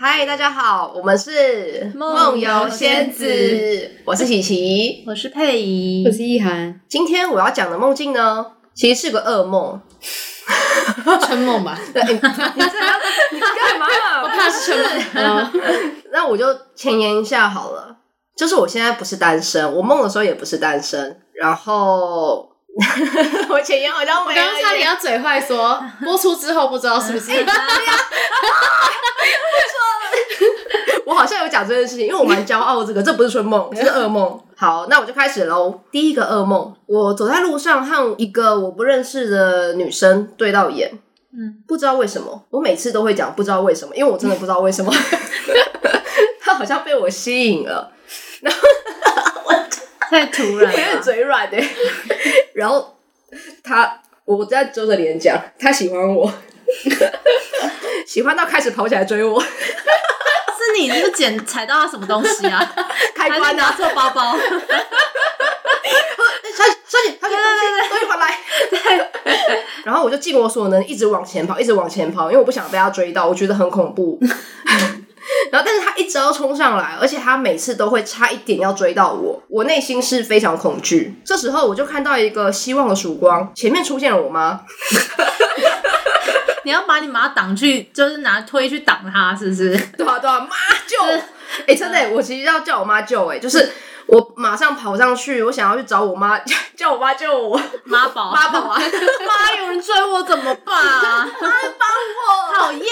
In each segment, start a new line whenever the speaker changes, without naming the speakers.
嗨，大家好，我们是
梦游仙子，
我是琪琪。
我是佩仪
我，是意涵，
今天我要讲的梦境呢，其实是个噩梦。
春梦 吧，
对，你你这要你干嘛？啊
怕 是春梦。
那我就前言一下好了，就是我现在不是单身，我梦的时候也不是单身，然后 我前言好像
我
没
刚刚差点
了
要嘴坏说，播出之后不知道是不是。
哎耶我好像有讲这件事情，因为我蛮骄傲这个，这不是春梦，这是噩梦。好，那我就开始喽。第一个噩梦，我走在路上和一个我不认识的女生对到眼，
嗯，
不知道为什么，我每次都会讲不知道为什么，因为我真的不知道为什么，她好像被我吸引了。
太突
我
然
有点
了，
嘴软的、欸然后他，我在遮着脸讲，他喜欢我，喜欢到开始跑起来追我，
是你是不是捡踩到了什么东西啊？
开
还是
关
拿
啊，
错包 包？
小姐，小姐，小姐，东西，东西还来。然后我就尽我所能，一直往前跑，一直往前跑，因为我不想被他追到，我觉得很恐怖。然后，但是他一招冲上来，而且他每次都会差一点要追到我，我内心是非常恐惧。这时候我就看到一个希望的曙光，前面出现了我妈，
你要把你妈挡去，就是拿推去挡他，是不是？
对啊对啊，妈救！哎、真的、我其实要叫我妈救、哎，就是我马上跑上去，我想要去找我妈，叫我妈救我，
妈宝，
妈宝啊！
妈有人追我怎么办？啊讨厌，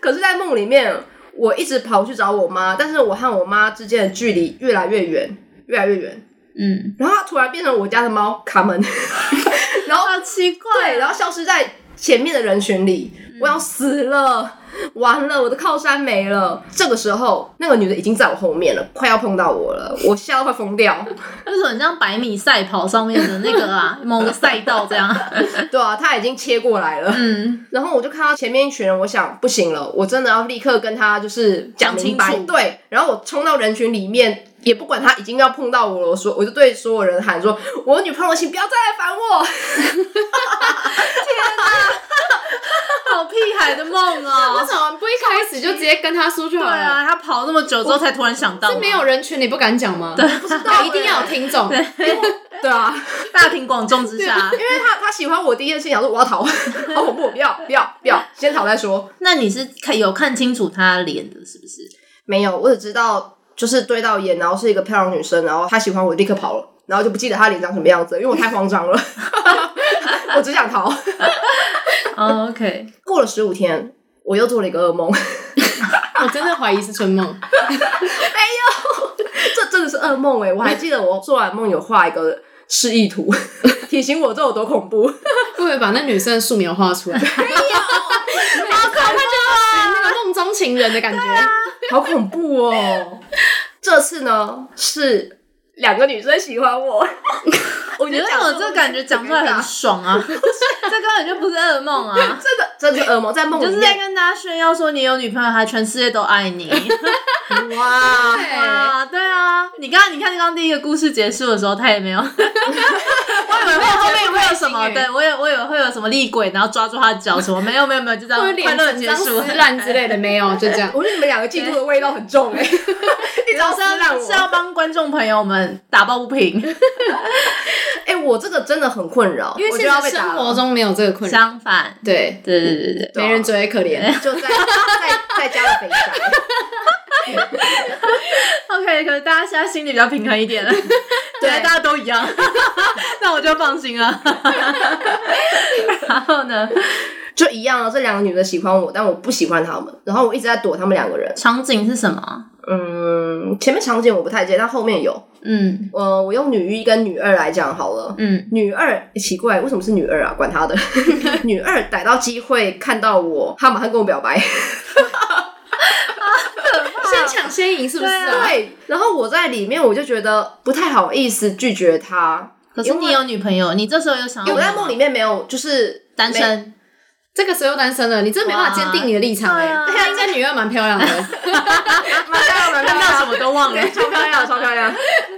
可是，在梦里面，我一直跑去找我妈，但是我和我妈之间的距离越来越远，越来越远。
嗯，
然后它突然变成我家的猫卡门， 然后
好奇怪啊
对，，啊然后消失在前面的人群里，我要死了，完了，我的靠山没了。这个时候，那个女的已经在我后面了，快要碰到我了，我吓到快疯掉。
为什么你像百米赛跑上面的那个啊，某个赛道这样？
对啊，他已经切过来了。
嗯，
然后我就看到前面一群人，我想不行了，我真的要立刻跟他就是讲明白
讲。清楚
对，然后我冲到人群里面，也不管他已经要碰到我了，我说我就对所有人喊说：“我女朋友，请不要再来烦我。
好屁孩的梦
为
哦。
什么不一开始就直接跟他说就
对
好了？
啊，他跑那么久之后才突然想到吗，
是没有人群你不敢讲吗？对，一定要有听众。
对啊，
大庭广众之下。
因为他他喜欢我第一件事情，想说我要逃， 好恐怖，我不要不要不要，先逃再说。
那你是看有看清楚他脸的，是不是？
没有，我只知道就是对到眼，然后是一个漂亮女生，然后她喜欢我，立刻跑了，然后就不记得她脸长什么样子，因为我太慌张了， 我只想逃。
哦 OK，
过了十五天，我又做了一个噩梦，
我真的怀疑是春梦，
这真的是噩梦哎！我还记得我做完梦有画一个示意图，提醒我这有多恐 怖。
会不会把那女生的素描画出来？没有，好可怕，就那个梦中情人的感觉。
好恐怖哦！这次呢是两个女生喜欢 我，我
我
觉得
觉得
讲
我
出
这个感觉讲出来很爽 啊，这根本就不是噩梦啊，
真的真的噩梦，在梦
就
里
是在
面
跟大家炫耀说你有女朋友，还全世界都爱你
哇，
对，
啊！对啊，你刚刚你看刚刚第一个故事结束的时候，他也没有，我以为后面会有什
欸
么，对我也我以为会有什么厉鬼，然后抓住他的脚什么， 没有没有没有，就这
或者
样快
脸
乐
整
结
张
束
撕。烂之类的没有，就这样。
我觉得你们两个嫉妒的味道很重哎、 一招
是
撕烂
要
我
是。要帮观众朋友们打抱不平，
哎、我这个真的很困扰，
因为
我
现
就要被
实
打
生活
了。啊
中没有这个困扰，
相反，
对，
对对对对对，啊
没人追，可怜。
就在在在家的北宅，
OK，可能大家现在心里比较平衡一点了， 对，大家都一样， 那我就放心 了。然后呢，
就一样啊。这两个女的喜欢我，但我不喜欢她们，然后我一直在躲她们两个人。
场景是什么？
嗯，前面场景我不太记得，但后面有。
嗯
呃，我用女一跟女二来讲好了。
嗯，
女二、欸奇怪，为什么是女二啊？管她的。 女二逮到机会看到我，她马上跟我表白。
先抢先赢是不是啊？
对，然后我在里面我就觉得不太好意思拒绝她，
可是
因
你
为
有女朋友，你这时候有想
因
要
为我在梦
里
里面没有就是
单
没。
身，
这个时候单身了，你真的没办法坚定你的立场哎、
哇
对啊，应该女二蛮漂 亮的，
蛮漂亮的，
看到什么都忘了。
超漂亮，超漂亮。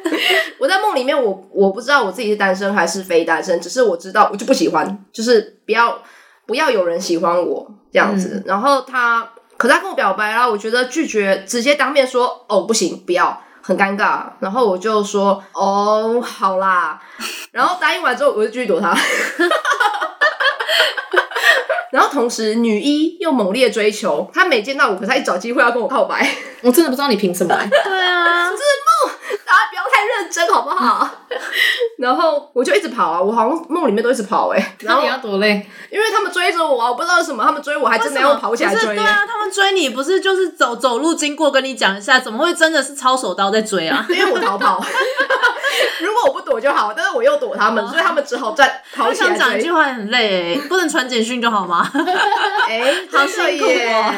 我在梦里面我，我不知道我自己是单身还是非单身，只是我知道我就不喜欢，就是不要不要有人喜欢我这样子。然后他，可是他跟我表白啦，我觉得拒绝直接当面说哦不行，不要。很尴尬，然后我就说哦，好啦， 然后答应完之后，我就继续躲他。 然后同时，女一又猛烈追求，她每见到我，可是她一找机会要跟我告白。
我真的不知道你凭什 么、欸。
对啊，
大家不要太认真，好不 好？然后我就一直跑啊，我好像梦里面都一直跑哎、然
那
后
你要多累？
因为他们追着我啊，我不知道为什么他们追我，还真的要跑起来
为什么
追、欸
不是对啊，他们追你不是就是走走路经过跟你讲一下，怎么会真的是抄手刀在 追啊？
因为我逃 跑。如果我不躲就好，但是我又躲他们，所以他们只好在跑
我
起来
哦想讲一
追
句。话很累、欸，不能传简讯就 好吗？
哎、好
辛苦哦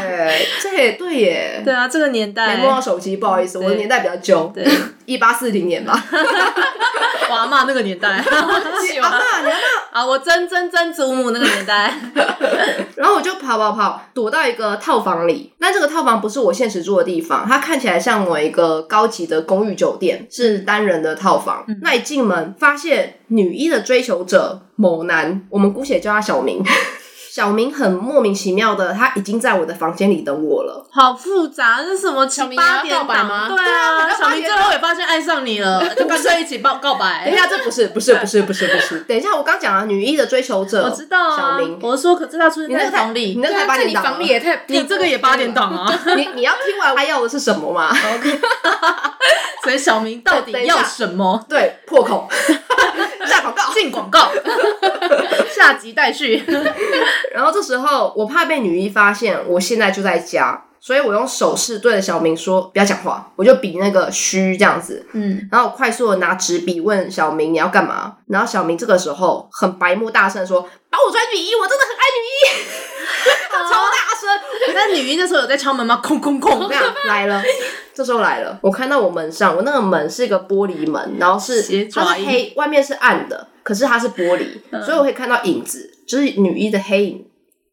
这也对耶。
对啊，这个年
没
代，
摸到手机，不好意思，我的
对
年代比较旧，
对，
一八四零年 吧。
我阿嬷那个 年代
阿嬷你阿嬷
啊，我曾曾曾祖母那个年 代，
然后我就跑跑跑，躲到一个套房里。那这个套房不是我现实住的地方，它看起来像我一个高级的公寓酒店，是单人的套房。
嗯
那一进门，发现女一的追求者某男，我们姑且叫他小明。 小明很莫名其妙的，他已经在我的房间里等我了。
好复杂，这是什么
小明也要
八点
告白
档
吗
对啊，
对啊
小明最后也发现爱上 你了，就干脆一起报告
等一
白。
下，这不是，不是，不是，不是，不 是。等一下，我刚讲了女一的追求者，
我知道
小
啊
明，，
我是说，可是他出
你
现
那
在
个才
房
你
里，
那个才八
在
点
你
档啊，
房里也太……
你这个也八点档啊？
你你要听完他要的是什么 嘛？
哦所以小明到底
等一下
要什么？
对，破 口下广告。
进广告， 下集待续。
然后这时候我怕被女一发现，我现在就在家，所以我用手势对着小明说：“不要讲话。”我就比那个虚这样子。
嗯，
然后我快速的拿纸笔问小明：“你要干嘛？”然后小明这个时候很白目，大声地说：“把我穿女一，我真的很爱女一。” 超大声，
那女一那时候有在敲门吗？空空空
我，跟你讲来了，这时候来了，我看到我门上，我那个门是一个玻璃门，然后
斜
是
爪
它是
印
黑，外面是暗的，可是它是玻璃，所以我可以看到影子，就是女一的黑影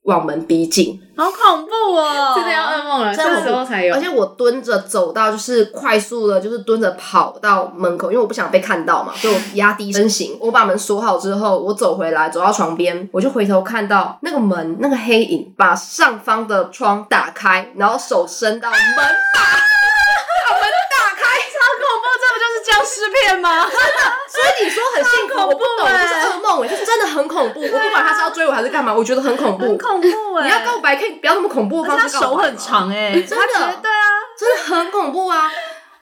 往门逼近。
好恐怖哦！
真的要噩梦了，这
真的
时候才有
而。且我蹲着走到，就是快速的，就是蹲着跑到门口，因为我不想被看到嘛，所以 我压低身形，我把门锁好之后，我走回来，走到床边，我就回头看到那个门，那个黑影把上方的窗打开，然后手伸到门把，把门打开，
恐怖，这不就是僵尸片吗？
所以你说很幸福，
很恐怖
我不懂，
欸
这是噩梦哎，这真的很恐怖，我不管他是要追我还是干嘛，我觉得很恐怖
很。恐 怖哎！
你要告白可以不要那么恐怖的
而
方
且他
式告
手
白
很
吗，
长哎，
真的
他觉得对啊。
真的很恐怖啊！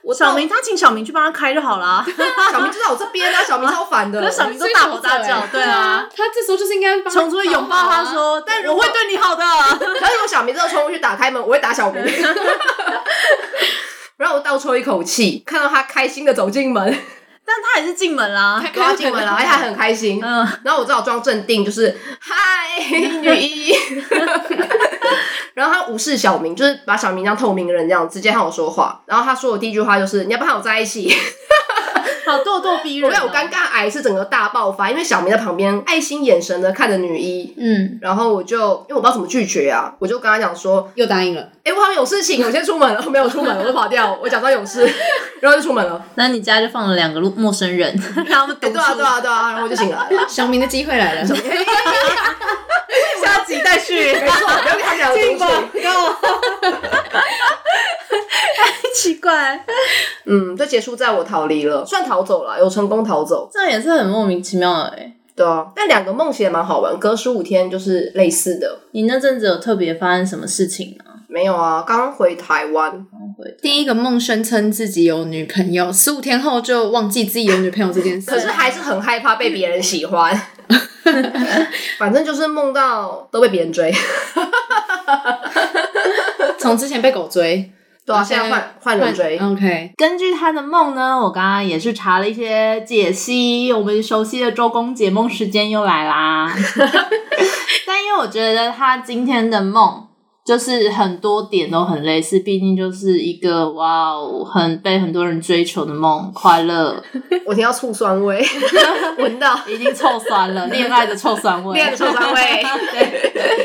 我
小
到
明他请小明去帮他开就好啦，
小明就在我这边啊，小明超烦的。
可是小明都大吼大叫，对啊，，
欸他这时候就是应该帮他
冲出去拥抱他
跑啊，
说：“但
如
我
果
会对你好的。
可是我小明这个冲过去打开门，我会打小 明。然后我倒抽一口气，看到他开心的走进 门，”
但他也是进门啦，
对他进 门了，而哎且他很开心。
嗯，
然后我只好装镇定，就是嗨，女一。 然后他无视小明，就是把小明当透明人这样，直接和我说话。然后他说我第一句话就是：“你要不要和我在一起？”
好咄咄逼人
我
哦。
看我尴尬癌是整个大爆发，因为小明在旁边爱心眼神的看着女一，
嗯，
然后我就因为我不知道怎么拒绝啊，我就跟他讲说，
又答应了。
哎、我好像有事情，我先出门了，没有出门，我就跑掉，我假装有事，然后就出门了。
那你家就放了两个路陌生人，让他 们
哎
独
对啊，
处
对。啊，对啊，然后我就醒来 了。
小明的机会来了，
下集待续，
没错，不要跟他讲我
进
独处
广告。奇怪，
嗯，这结束在我逃离了，算逃走了，有成功逃走。
这也是很莫名其妙哎、
对啊，但两个梦其实蛮好玩，隔十五天就是类似的。
你那阵子有特别发生什么事情吗？
没有啊，刚回台湾，
第一个梦声称自己有女朋友，十五天后就忘记自己有女朋友这件事。
可是还是很害怕被别人喜欢。 反正就是梦到都被别人追。
从之前被狗追，
对啊，现在换换嗯人追。
OK，
根据他的梦呢，我刚刚也是查了一些解析，我们熟悉的周公解梦时间又来啦。 但因为我觉得他今天的梦就是很多点都很类似，毕竟就是一个哇哦，很被很多人追求的梦，快乐
我听到醋酸 味，闻到
已经臭酸了，恋爱的臭酸味，
恋爱的臭酸味
对。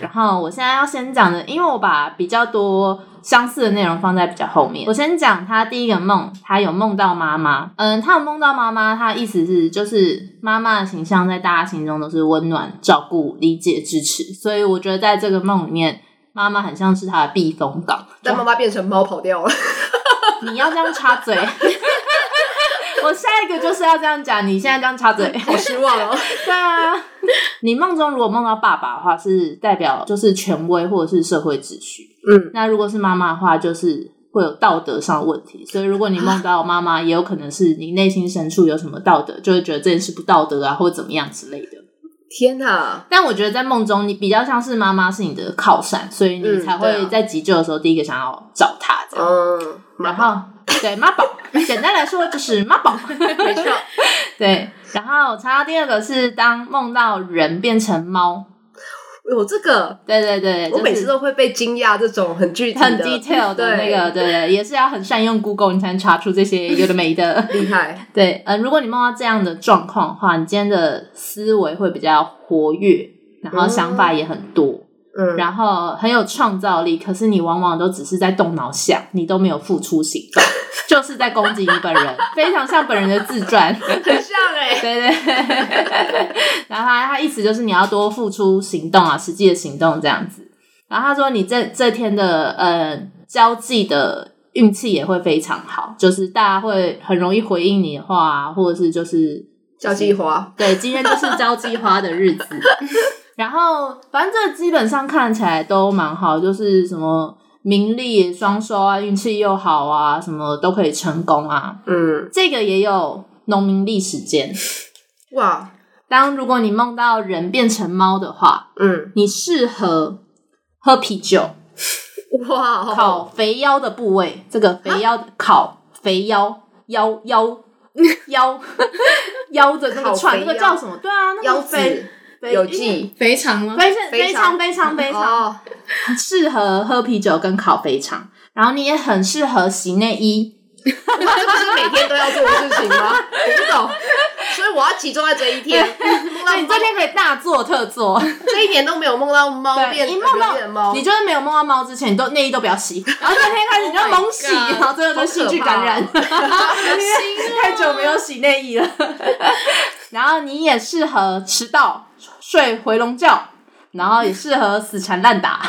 然后我现在要先讲的，因为我把比较多相似的内容放在比较后面。我先讲他第一个梦，他有梦到妈妈。嗯，他有梦到妈妈，他的意思是就是妈妈的形象在大家心中都是温暖、照顾、理解、支持。所以我觉得在这个梦里面，妈妈很像是他的避风港。
但妈妈变成猫跑掉了，
你要这样插嘴。 我下一个就是要这样讲，你现在这样插嘴，
好失望哦。
对啊，你梦中如果梦到爸爸的话，是代表就是权威或者是社会秩序；
嗯，
那如果是妈妈的话，就是会有道德上的问题。所以如果你梦到妈妈，也有可能是你内心深处有什么道德，就会觉得这件事不道德啊，或者怎么样之类的。
天哪，
但我觉得在梦中，你比较像是妈妈是你的靠山，所以你
嗯
才
对
会
啊
在急救的时候第一个想要找她这样。
嗯，
然后对妈宝， 简单来说就是妈宝，没 错。对，然后查到第二个是当梦到人变成猫，
有这个，
对对对，
我每次
就是
都会被惊讶这种很具体的、
很 detail 的那个，对对，也是要很善用 Google 你才能查出这些有的没的。
厉害，
对，嗯，如果你梦到这样的状况的话，你今天的思维会比较活跃，然后想法也很多。
嗯，
然后很有创造力，可是你往往都只是在动脑想，你都没有付出行动，就是在攻击你本人，非常像本人的自传。
很像哎、
对对 对，然后他他意思就是你要多付出行动啊，实际的行动这样子。然后他说你这这天的呃交际的运气也会非常好，就是大家会很容易回应你的话啊，或者是就是
交际花，
对，今天就是交际花的日子。然后，反正这基本上看起来都蛮好，就是什么名利双收啊，运气又好啊，什么都可以成功啊。
嗯，
这个也有农民历时间。
哇，
当如果你梦到人变成猫的话，
嗯，
你适合喝啤酒，
哇，
烤肥腰的部位，这个肥腰烤肥腰腰 腰腰腰的那
烤
个
肥
串，那个
腰
叫什么？对啊，那
腰
个肥
子
肥
有
因为
记
肥肠 吗？
非常非
非
常
常
非常非常
哦，
适合喝啤酒跟烤肥肠，然后你也很适合洗内衣。
哇这不是每天都要做的事情吗？我不懂，所以我要集中在这一 天。梦到
对，你这天可以大做特做。
这一年都没有梦到猫
对，
变
你
人
梦
变成猫
到，你就是没有梦到猫之前，你都内衣都不要洗， 然后那天开始你就
Oh my
猛洗，
God，
然后最后就细菌感染。 太久没有洗内衣 了。然后你也适合迟到、睡回笼觉，然后也适合死缠烂打。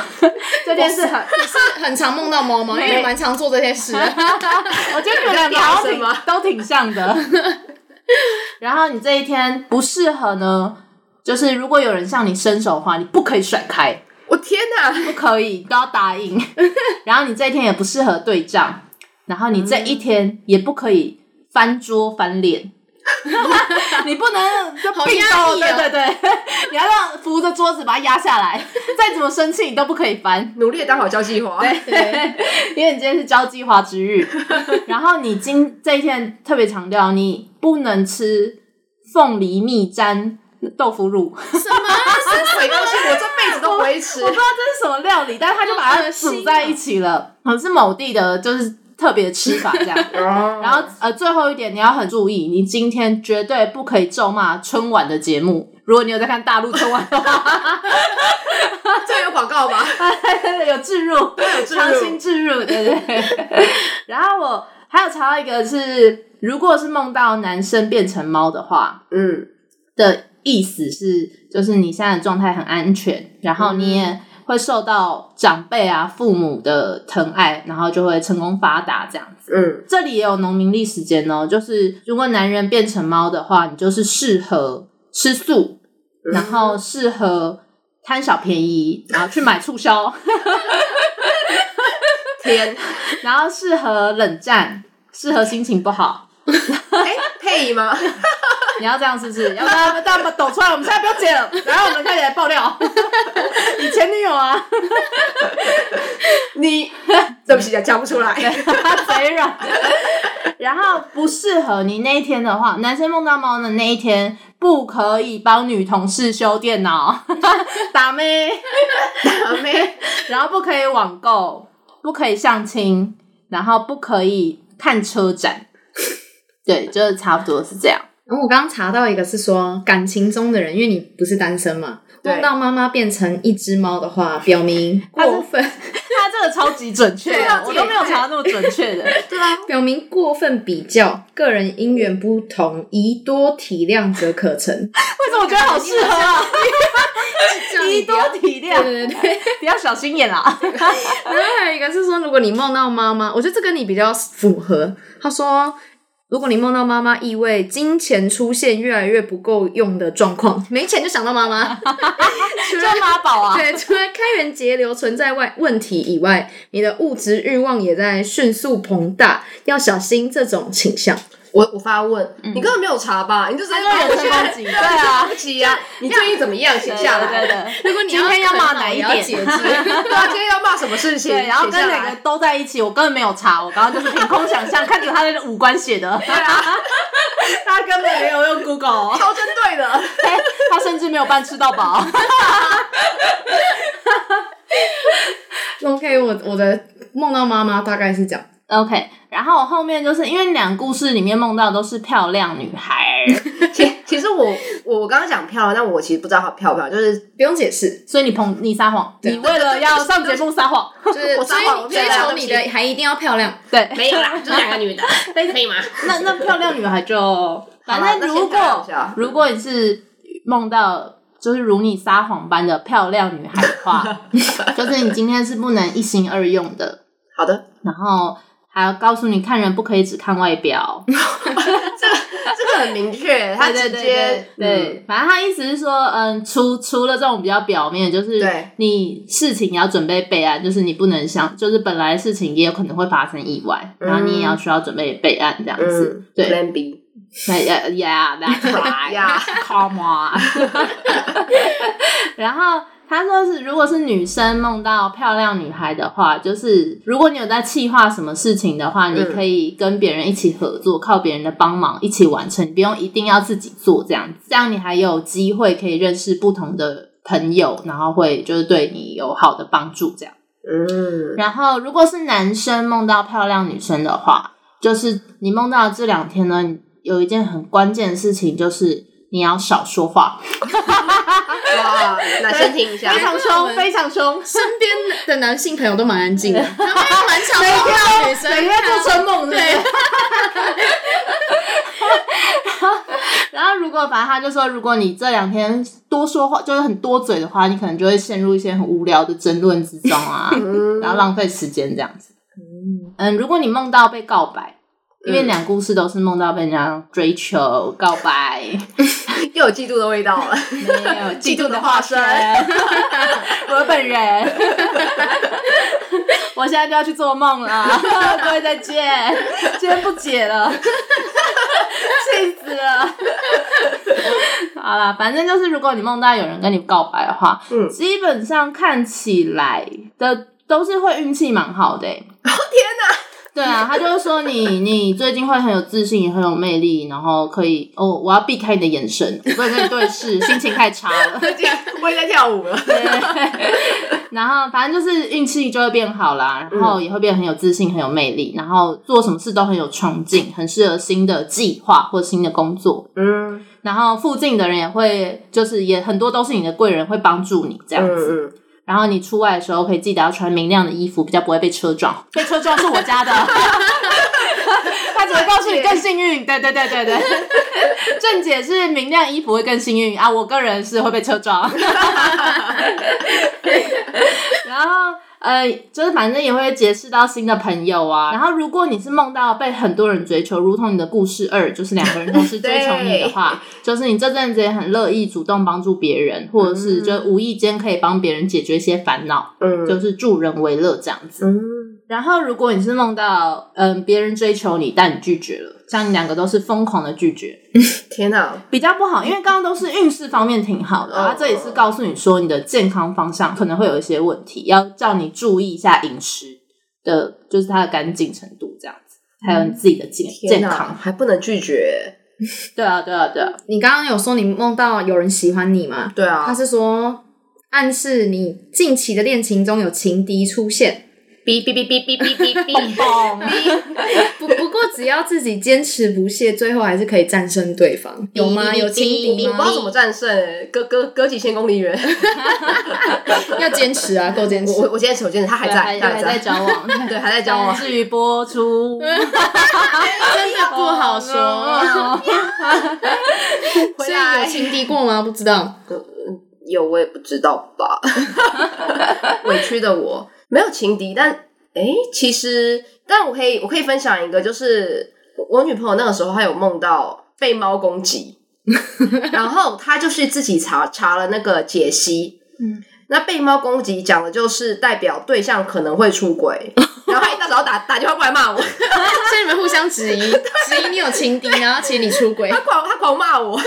这件事很
你是很常梦到猫吗？因为你蛮常做这些事 的。
我觉得你们两个 好像挺啊都挺像的。 然后你这一天不适合呢，就是如果有人向你伸手的话，你不可以甩开，
我天哪！
不可以都要答 应。然后你这一天也不适合对账，然后你这一天也不可以翻桌翻 脸。你不能就
好
并
压
斗，
抑
对
哦
对对， 你要让扶着桌子把它压下来，再怎么生气你都不可以翻。
努力地当好交际花，
对，因为你今天是交际花之 日，然后你今这一天特别强调，你不能吃凤梨蜜沾豆腐乳，我
鬼东西我这辈子都不会 吃
不。知道这是什么料理，但是他就把它煮在一起了，好像是某地的，就是特别吃法 这样。然
然
后呃，最后一点你要很注意，你今天绝对不可以咒骂春晚的节目。如果你有在看大陆春晚的话，
这有广告吗？
有置入，
有置入
强行置入，对对对。然后我还有查到一个是，如果是梦到男生变成猫的话
嗯，
的意思是，就是你现在的状态很安全，然后你也会受到长辈啊、父母的疼爱，然后就会成功发达这样子。
嗯，
这里也有农民历时间哦，就是如果男人变成猫的话，你就是适合吃素，
嗯
然后适合贪小便宜，然后去买促销。
天，
然后适合冷战，适合心情不好。
哎，配吗？
你要这样是不是？要不然大家抖出来，我们现在不要剪了，然后我们开始来爆 料你前女友 啊，
你 对不起，讲讲不出来。
贼软。然后不适合你那一天的话，男生梦到猫的那一天，不可以帮女同事修电脑、 打妹，
没，
然后不可以网购，不可以相亲，然后不可以看车展。对， 就是差不多是这样。
然后我刚刚查到一个是说感情中的人，因为你不是单身嘛，
对
梦到妈妈变成一只猫的话，表明过分，
他这个 超级准确
对啊
的，我都没有查到那么准确的。
对啊，
表明过分比较，个人因缘不同，宜多体谅则可成。
为什么我觉得好适合啊？
宜
宜多体
对
谅，
对对对，
比较小心眼啊啦。
然后还有一个是说，如果你梦到妈妈，我觉得这跟你比较符合。他说，如果你梦到妈妈，意味金钱出现越来越不够用的状况，没钱就想到妈妈。 除了
就妈宝啊，
对，除了开源节流存在外问题以外，你的物质欲望也在迅速膨大，要小心这种倾向。
我我发问，你根本没有查吧？你就直接哎
他就是人身攻击，对啊，
攻击啊！你最近怎么样？写下
对
来。
对对
如果你
今天要骂
啃老
哪一
也要
点
节 制？
对啊，今天要骂什么事情？
对，然后
写
跟
下
哪个
来。
都在一起，我根本没有查，我刚刚就是凭空想象，看着他的五官写 的，他根本没有用 Google，哦
超针对的，
他甚至没有办吃到饱。
OK，我我的梦到妈妈大概是讲，
OK，然后我后面就是因为两个故事里面梦到都是漂亮女 孩，
其其实我我刚刚讲漂亮，但我其实不知道她漂不漂亮，就是
不用解释，
所以你捧你撒谎，
对
你为了要上节目撒谎，
就是
我
追
撒谎我骗
追
大家
求
对
你
不起
的还一定要漂亮。
对，
没有啦，就是两个女的，可以吗？
那那漂亮女孩就，
好啦
反
那
正
先
如
开玩
果
笑
如果你是梦到就是如你撒谎般的漂亮女孩的 话，就是你今天是不能一心二用的，
好的，
然后还要告诉你看人不可以只看外表，
这个很明确，他直
对对对
接嗯
对对，反正他意思是说，嗯，除除了这种比较表面，就是
对
你事情要准备备案，就是你不能想，就是本来事情也有可能会发生意外，然后你也要需要准备备案这样子，
嗯，
对
p l a n B
那 yeah yeah that's right
Yeah.
come on 然后他说是，如果是女生梦到漂亮女孩的话，就是如果你有在计划什么事情的话，你可以跟别人一起合作，靠别人的帮忙一起完成，你不用一定要自己做这样子，这样你还有机会可以认识不同的朋友，然后会就是对你有好的帮助这样。
嗯，
然后，如果是男生梦到漂亮女生的话，就是你梦到这两天呢，有一件很关键的事情，就是你要少说话，
哇，那先听一下
非，常凶，非常凶。
身边的男性朋友都蛮安静 的，他们又蛮常梦到女生，
每天做春梦，对。然后，如果反正他就说，如果你这两天多说话，就是很多嘴的话，你可能就会陷入一些很无聊的争论之中啊，
嗯
然后浪费时间这样子。嗯，如果你梦到被告白，因为两故事都是梦到被人家追求、告白，
又有嫉妒的味道了。
没有
嫉妒的化身
我本人， 我现在就要去做梦了， 各位再见，今天不解了， 气死了。好啦，反正就是，如果你梦到有人跟你告白的话，
嗯
基本上看起来的都是会运气蛮好的、欸。天哪！对 啊，他就是说你，你最近会很有自信，很有魅力，然后可以哦，我要避开你的眼神，我不能跟你对视，心情太差了。
我也在跳舞了，
然后反正就是运气就会变好啦，然后也会变得很有自信、很有魅力，然后做什么事都很有冲劲，很适合新的计划或新的工作。
嗯
然后附近的人也会，就是也很多都是你的贵人会帮助你这样
嗯
子。
嗯，
然后你出外的时候可以记得要穿明亮的衣服，比较不会被车撞。 被车撞是我家的， 他只会告诉你更幸运。对对对对对，正解是明亮衣服会更幸运啊，我个人是会被车撞。 然后。呃，就是反正也会结识到新的朋友啊。然后，如果你是梦到被很多人追求，如同你的故事二，就是两个人同时 追求你的话，就是你这阵子也很乐意主动帮助别人，或者是就无意间可以帮别人解决一些烦恼，
嗯
就是助人为乐这样子。
嗯，
然后，如果你是梦到嗯别人追求你，但你拒绝了，像你两个都是疯狂的拒绝，
天哪，
比较不好，因为刚刚都是运势方面挺好的，
嗯
啊，这里是告诉你说你的健康方向可能会有一些问题，要叫你注意一下饮食的，就是它的干净程度这样子，还有你自己的健
嗯天
健
哪，
康。
还不能拒绝，
对啊，对啊，对啊，
你刚刚有说你梦到有人喜欢你吗？
对
他
啊，
是说暗示你近期的恋情中有情敌出现，
哔哔哔哔哔哔哔哔，
嘣，
不不过只要自己坚持不懈，最后还是可以战胜对方，有吗？有轻敌
我不知道
吗？
怎么战胜、欸，隔隔隔几千公里远。
要坚持啊，够坚
我
持。
我我今天手机他还
对啊
在，
还
他
还
还
在
在，
交往，啊
对，还在交往。
至于 播出，哦
真的不好 说。
哦回
所以有
来
轻敌过吗？不知道。
有我也不知道 吧，委屈的我没有情敌，但诶，其实但我可以我可以分享一个，就是我我女朋友那个时候她有梦到被猫攻 击，然后她就是自己查查了那个解析，
嗯，
那被猫攻击讲的就是代表对象可能会出 轨，然后她一大早打打电话过来骂我，
所以你们互相质疑，质疑你有情敌，然后其实你出 轨
她。狂她狂骂我，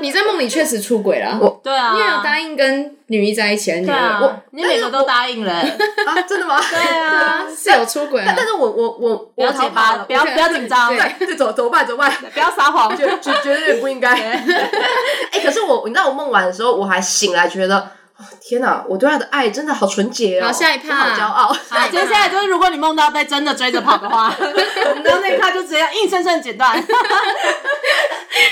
你在梦里确实出轨了。
对
你也有
啊，
答应跟女一在一起，还是女
对
一
啊，你每个都答应了，
啊，真的吗？
对啊，
是有出轨啊
但。但是我我我
不
我
要
逃
结
跑
巴，
了
不，要不要紧张，
对，这怎么怎么办？怎么办？
不要撒
哦
谎，
绝绝绝对不应 该。哎、可是我，你知道我梦完的时候，我还醒来觉得，哦天哪，我对他的爱真的好纯洁哦，
好下一啊
我
趴
好骄傲。
好，接下来就是，如果你梦到被真的追着跑的 话，我们刚刚那一趴就直接硬生生地剪断。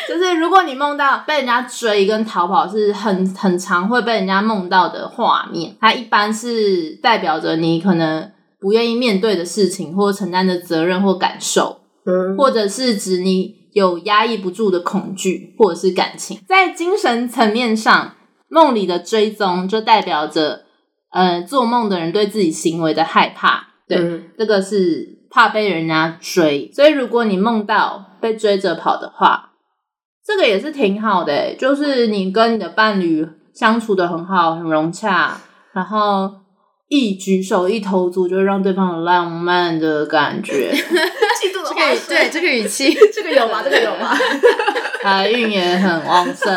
就是如果你梦到被人家追跟逃跑是很很常会被人家梦到的画面，它一般是代表着你可能不愿意面对的事情，或承担的责任或感受。
嗯，
或者是指你有压抑不住的恐惧或者是感情。在精神层面上，梦里的追踪就代表着，呃，做梦的人对自己行为的害怕。对，
嗯
这个是怕被人家追，所以如果你梦到被追着跑的话，这个也是挺好的、欸就是你跟你的伴侣相处的很好，很融洽，然后。一举手一投足，就会让对方有浪漫的感觉。
嫉妒的
这个语对，这个语气，
这个有吗？这个有 吗？
财运也很旺 盛。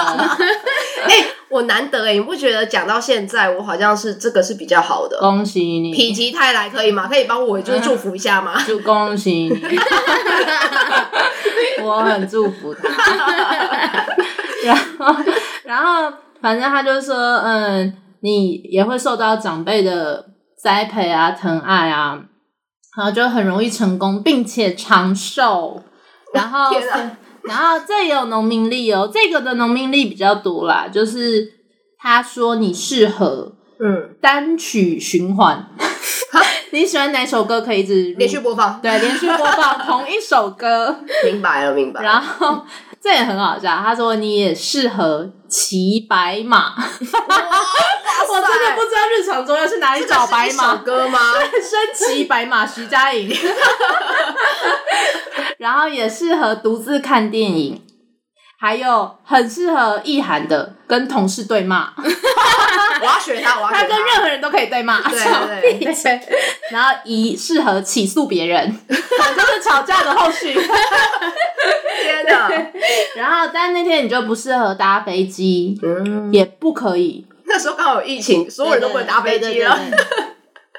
我难得哎、你不觉得讲到现在，我好像是这个是比较好的。
恭喜
否
你，
极泰来可以吗？可以帮我就是祝福一下吗？
就恭喜 你，我很祝福他。 然后，然后，反正他就说，嗯，你也会受到长辈的栽培啊、疼爱啊，然后就很容易成功，并且长寿。然后
天啊，
然后这也有农民力哦，这个的农民力比较多啦，就是他说你适合
嗯，
单曲循环。 你喜欢哪首歌可以一直
连续播放，
对连续播放 同一首歌，
明白了，明白了。
然后这也很好笑。他说你也适合骑白马，
我
我真的不知道日常中要去哪里找白马
首。歌吗？
身骑白马，徐佳莹。 然后也适合独自看电影，还有很适合意涵的跟同事对骂，
我要学他，我要
他
学
跟任何人都可以对骂。
对对对，
然后一适合起诉别人，
哦
反正是吵架的后 续。
天哪，
然后，但那天你就不适合搭飞机，
嗯，
也不可以，
那时候刚好有疫情，所有嗯人都不能搭飞机了。
对。对对对对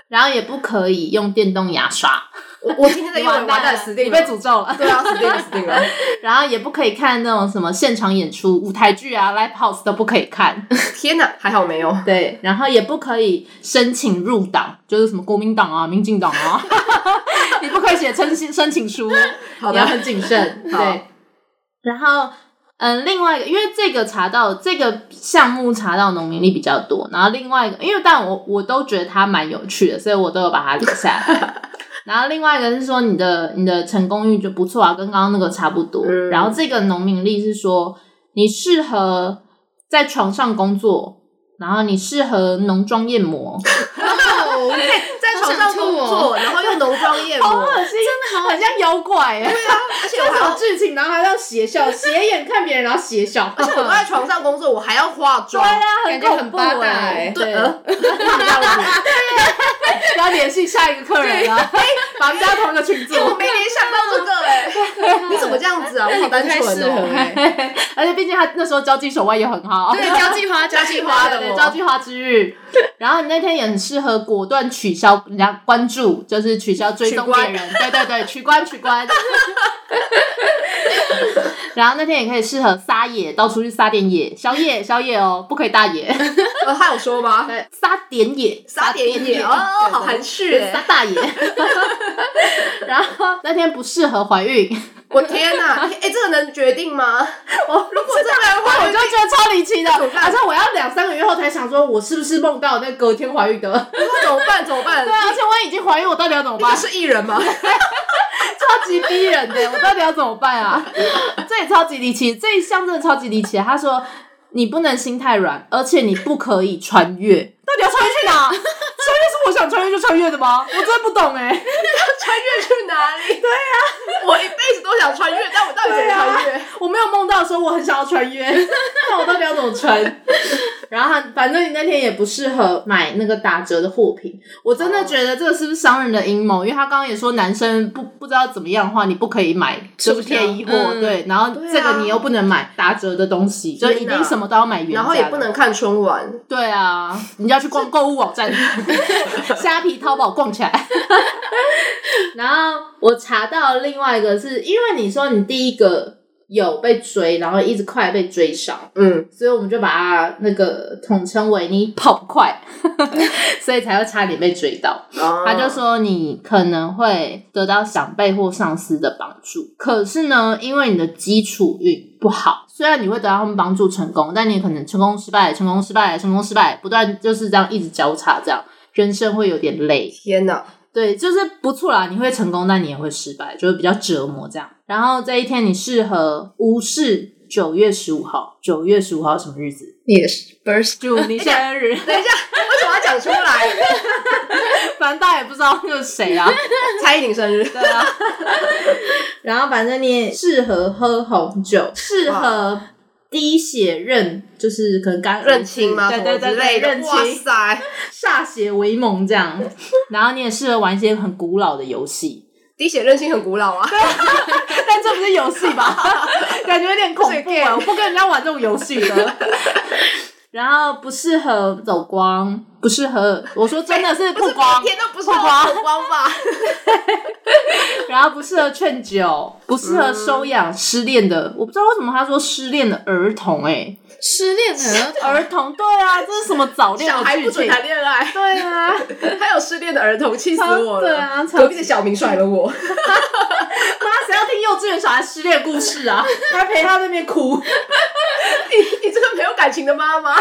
然后也不可以用电动牙刷，
我我今天在用完蛋
了
死定
你
了，
被诅咒了。
对啊，死定了死定了。
然后也不可以看那种什么现场演出、舞台剧啊、live house 都不可以看。
天哪，还好没有。
对，然后也不可以申请入党，就是什么国民党啊、民进党啊， 你不可以写申请申请书。
好
你要很谨慎。
好
对，然后嗯，另外一个，因为这个查到这个项目查到农民力比较多，然后另外一个，因为但我我都觉得它蛮有趣的，所以我都有把它留下来。 然后另外一个是说你的你的成功率就不错啊，跟刚刚那个差不多。
嗯
然后这个农民力是说你适合在床上工作，然后你适合浓妆艳抹，
我可以在床上工
好想吐
作，然后用浓妆艳抹，
心，真的好，很哦像妖怪哎、
而且我还要，
剧情，然后还要斜 笑，斜眼看别人，然后斜笑，
而且我都在床上工作，我还要化妆。
对
感觉
啊，
很
恐怖
八大
哎、
欸
对，
对， 呃，这样子
要联系下一个客人啊， 把我们加同一个群组
哎，我没联想到这个哎，你怎么这样子啊？我好单
不太
纯
适合
哦。
欸。
而且必毕竟他那时候交际手腕也很好，
对，交际花，交际花
哦
的
对
我，
交际花之日。然后你那天也很适合果断取消人家关注，就是取消追踪
取关
别人，对对对，取关取 关。然后那天也可以适合撒野，到处去撒点野，小野小野哦，不可以大野，
呃，他有说吗？
对，撒点野，
撒点野哦，好含蓄
撒
哎！
大野。然后那天不适合怀孕，
我天哪，哎、这个能决定吗？我如果这个的话，
我
我
就
就
觉得超离奇的。
么办
而且我要两三个月后才想说，我是不是梦到那隔天怀孕的？
怎么办？怎么办？
对啊，而且我已经怀孕，我到底要怎么办
你？是艺人吗？
超级逼人的，我到底要怎么办啊？这也超级离奇，这一项真的超级离奇。他说你不能心太软，而且你不可以穿越。 到底要穿越去哪？穿越是我想穿越就穿越的吗？我真的不懂
穿
哎、
越去哪里？对呀、
啊
我一辈子都想穿越，但我到底怎么穿 越？
我没有梦到说我很想要穿越， 那我到底要怎么穿？ 然后他反正你那天也不适合买那个打折的货品，我真
哦
的觉得这个是不是商人的阴谋？因为他刚刚也说男生不不知道怎么样的话，你不可以买就是便宜货，
嗯
对，然后
对啊
这个你又不能买打折的东西，就一
天
定
哪
什么都要买原价的，
然后也不能看春晚，
对啊，你就要去逛购物网 站，虾皮、淘宝逛起来。 然后我查到另外一个是，因为你说你第一个有被追，然后一直快被追上，
嗯，
所以我们就把它那个统称为你跑不快， 所以才会差点被追到。
哦
他就说你可能会得到长辈或上司的帮助，可是呢，因为你的基础运不好，虽然你会得到他们帮助成功，但你可能成功失败、成功失败、成功失败，不断就是这样一直交叉，这样人生会有点累。
天哪，
对，就是不错啦，你会成功，但你也会失败，就是比较折磨这样。然后这一天你适合无视九月十五号，九月十五号什么日子？
你的 birth
祝你生日！
等一下，为什么要讲出来？
反正大家也不知道那是谁 啊。
蔡依林生日，
对啊。然后反正你也适合喝红酒，适合低血认，就是可能肝
认清吗？
对对对
什么之类
对，
的
认清
哇塞，
歃血为盟这样。然后你也适合玩一些很古老的 游戏，
滴血认亲很古老啊，
但这不是游戏 吧？感觉有点恐怖啊！我不跟人家玩这种游戏 的。然后不适合走光，不适合我说真的是不光，
每天都不啊是
不啊光
很光吧？
然后不适合劝酒，不适合收养失恋的。我不知道为什么他说失恋的儿童、欸，
失 恋的
哎，儿童对啊，这是什么早恋
小
的
孩
剧
不准
情？
谈恋爱，
对啊，
还有失恋的儿童，气死我了！
对啊超
隔壁的小明甩了我，
妈谁要听幼稚园小孩失恋故事啊？还陪他那边哭，
你你这个没有感情的妈妈，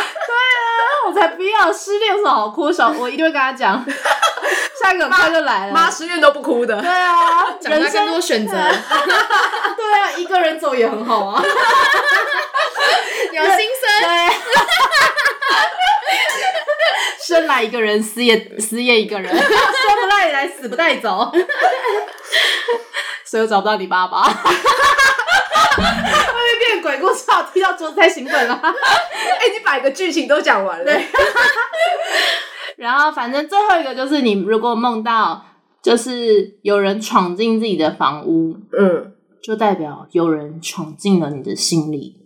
我才不要失恋有什么好哭？小我一定会跟他 讲，下一个很快就来了。
妈失恋都不哭的
对。啊，
长
人
大更
生
多选择，
啊对啊，一个人走也很好啊。
有心声。
对，生来一个人，死也死也一个 人，生不带来，死不带走， 所以我找不到你爸爸。会不会变鬼故事？我听到桌子太兴奋了。
哎、你把一个剧情都讲完了，
然后，反正最后一个就是，你如果梦到就是有人闯进自己的房屋，
嗯，
就代表有人闯进了你的心里。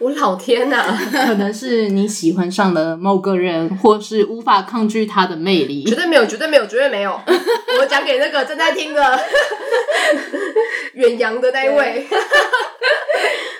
我老天呐、
可能是你喜欢上了某个人，或是无法抗拒他的魅力。
绝对没有，绝对没有，绝对没有。我讲给那个正在听的远洋的那一位，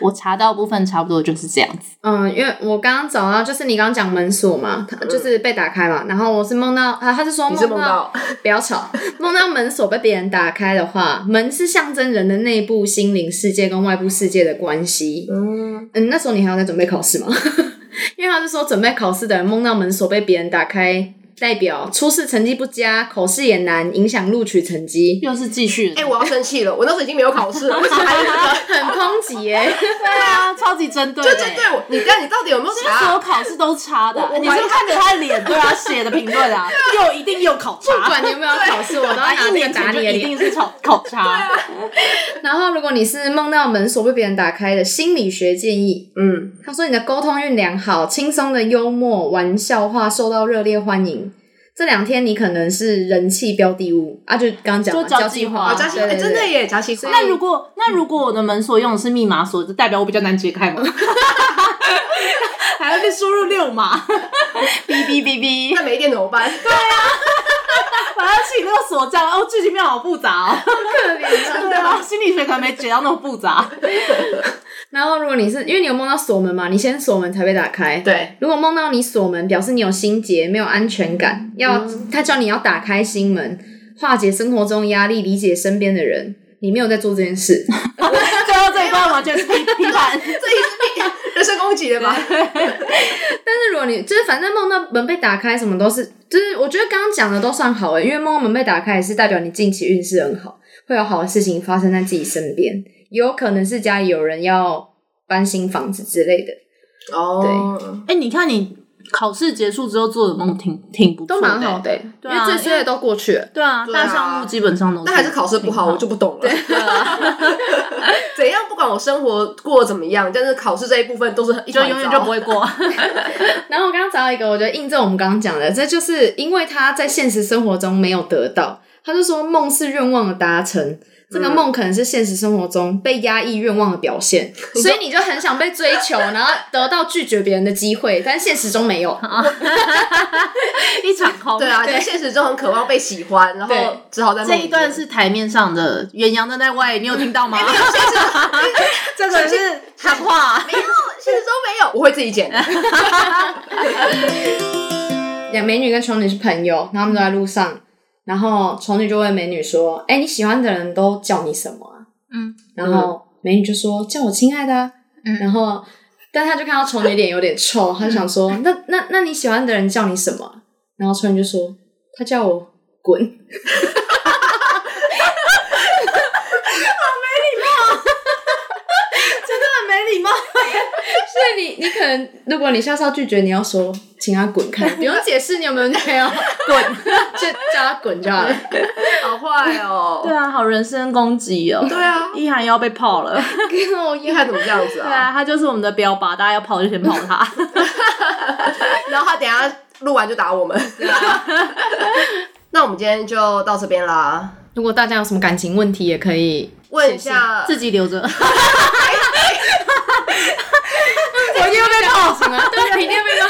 我查到部分差不多就是这样子。
嗯，因为我刚刚找到，就是你刚刚讲门锁嘛，它
嗯
就是被打开嘛，然后我是梦到啊，他是说
你是
梦
梦到
不要吵，梦到门锁被别人打开的话，门是象征人的内部心灵世界跟外部世界的关系。
嗯，
嗯，那时候你还要在准备考试吗？ 因为他是说准备考试的人梦到门锁被别人打开，代表初试成绩不佳，口试也难，影响录取成绩，
又是继续了。
哎、我要生气了，我那时候已经没有考试了，为什么还有这个？
很 抨击耶、
对啊，超级针对
就
的。
针对我，你这样你到底有没有
所有
查？
考试都差的，
我我
你是看着他的脸对他写的评论 啊，又一定又考
不
差。
管你有没有考试，我都要拿
啊一
这个
年前
打你
就
的
一定
脸。
是考考
啊
差，
然后，如果你是梦到门锁被别人打开的，心理学建议，
嗯，
他说你的沟通运良好，轻松的幽默玩笑话受到热烈欢迎。这两天你可能是人气标的物啊，就刚刚讲嘛
就交
交
际
际
花
花，
啊，
哦
加薪，
对
哎、
对对
真的耶，加薪。
所以
那如果那如果我的门锁用的是密码锁，就代表我比较难解开吗？还会被输入六码， 哔哔哔哔，
那没电怎么办？
把他心理那个锁匠哦，剧情变得好复杂哦，
可怜啊。
对啊，心理学可能没学到那么复 杂。
然后如果你是因为你有梦到锁门嘛，你先锁门才被打开。
对，
如果梦到你锁门，表示你有心结，没有安全感，要、他叫你要打开心门，化解生活中压力，理解身边的人。你没有在做这件事，
最后这一段完全是批批判，
这也是人身攻击了吧？
但是如果你就是反正梦到门被打开，什么都是，就是我觉得刚刚讲的都算好欸诶、因为梦到门被打开也是代表你近期运势很好，会有好的事情发生在自己身边，也有可能是家里有人要搬新房子之类的，
哦，
哎、你看你考试结束之后做的梦挺挺不错
都
的、
蛮好的、欸
对
因
啊
为最衰的都过去了。
对啊，
对啊
大项目基本上都
那还是考试不好，我就不懂了。
对啊
怎样？不管我生活过得怎么样，但是考试这一部分都是很一
就
团
永远
糟
就不会 过。
然后我刚刚找到一个，我觉得印证我们刚刚讲的，这就是因为他在现实生活中没有得到，他就说梦是愿望的达成。这
嗯
个梦可能是现实生活中被压抑愿望的表现，所以你就很想被追求，然后得到拒绝别人的机会，但现实中没有。
一场空。
对啊，在现实中很渴望被喜欢，然后
对
只好在梦
这
里
一段
面
是台面上的，远洋正在外，你有 听到吗？ 这个是喊话。
没有，现实中没有，我会自己 剪。
两美女跟丑女是朋友，然后他们都在路上，然后丑女就问美女说：“哎、你喜欢的人都叫你什么啊？”
嗯，
然后美女就说：“叫我亲爱的、啊。”
嗯
然后，但她就看到丑女脸有点臭，她就想说：“那那那你喜欢的人叫你什么啊？”然后丑女就说：“他叫我滚。” 好没礼貌， 真的很没礼貌。所以你你可能，如果你下次要拒绝，你要说请他滚 开，不用解释你有没有那样 滚，就叫他滚就好了。
好坏哦
对啊，好人身攻击哦。
对啊，
一涵又要被泡 了。
跟我
一开怎么这样子
对
啊？
啊，他就是我们的标靶，大家要泡就先泡 他。啊
然后他等一下录完就打我们。 那我们今天就到这边啦。
如果大家有什么感情问题，也可以
问一下，
自己留 着。
我一定会被告 什么？对，一定会被告。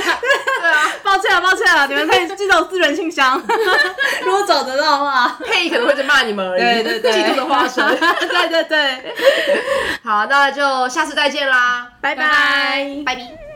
抱歉了，啊抱歉了，你们可以寄走私人信箱。 如果找得到的话，
佩可能会在骂你们而已。
对对 对，
嫉妒的化身。
对对对，
好，那就下次再见啦，
拜拜。
拜拜。